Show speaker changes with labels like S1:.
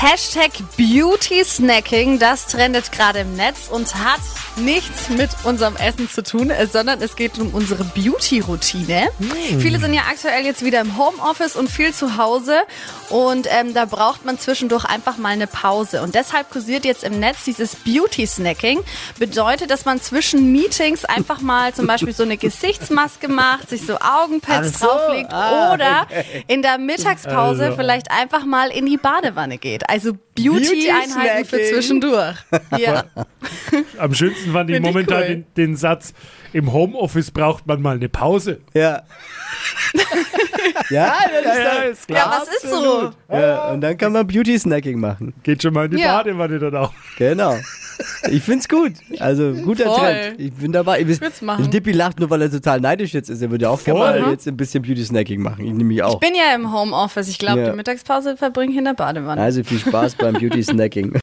S1: Hashtag Beauty Snacking, das trendet gerade im Netz und hat nichts mit unserem Essen zu tun, äh, sondern es geht um unsere Beauty-Routine.
S2: Hm.
S1: Viele sind ja aktuell jetzt wieder im Homeoffice und viel zu Hause und ähm, da braucht man zwischendurch einfach mal eine Pause. Und deshalb kursiert jetzt im Netz dieses Beauty-Snacking. Bedeutet, dass man zwischen Meetings einfach mal zum Beispiel so eine Gesichtsmaske macht, sich so Augenpads
S2: Ach so,
S1: drauflegt
S2: ah, Also.
S1: oder in der Mittagspause vielleicht einfach mal in die Badewanne geht. Also Beauty-Einheiten für
S2: Beauty-Snacking.
S1: zwischendurch. Ja.
S3: Am schönsten fand ich
S1: Find ich
S3: momentan
S1: cool.
S3: den, den Satz, im Homeoffice braucht man mal eine Pause.
S2: Ja. ja, das ist
S3: Ja,
S2: ja,
S3: ist
S1: Ja,
S3: klar.
S1: was ist so?
S2: Ja, und dann kann man Beauty-Snacking machen.
S3: Geht schon mal in die
S1: Ja.
S3: Badewanne dann auch.
S2: Genau. Ich find's gut. Also guter
S1: Voll.
S2: Trend. Ich bin dabei. Ich, ich
S1: würd's machen.
S2: Dippi lacht nur, weil er total neidisch jetzt ist. Er würde ja auch gerne
S3: Voll.
S2: mal jetzt ein bisschen Beauty-Snacking machen. Ich nehme mich auch.
S1: Bin ja im Homeoffice. Ich glaube,
S2: Ja.
S1: die Mittagspause verbringe ich in der Badewanne.
S2: Also viel Spaß Also, beim Beauty-Snacking.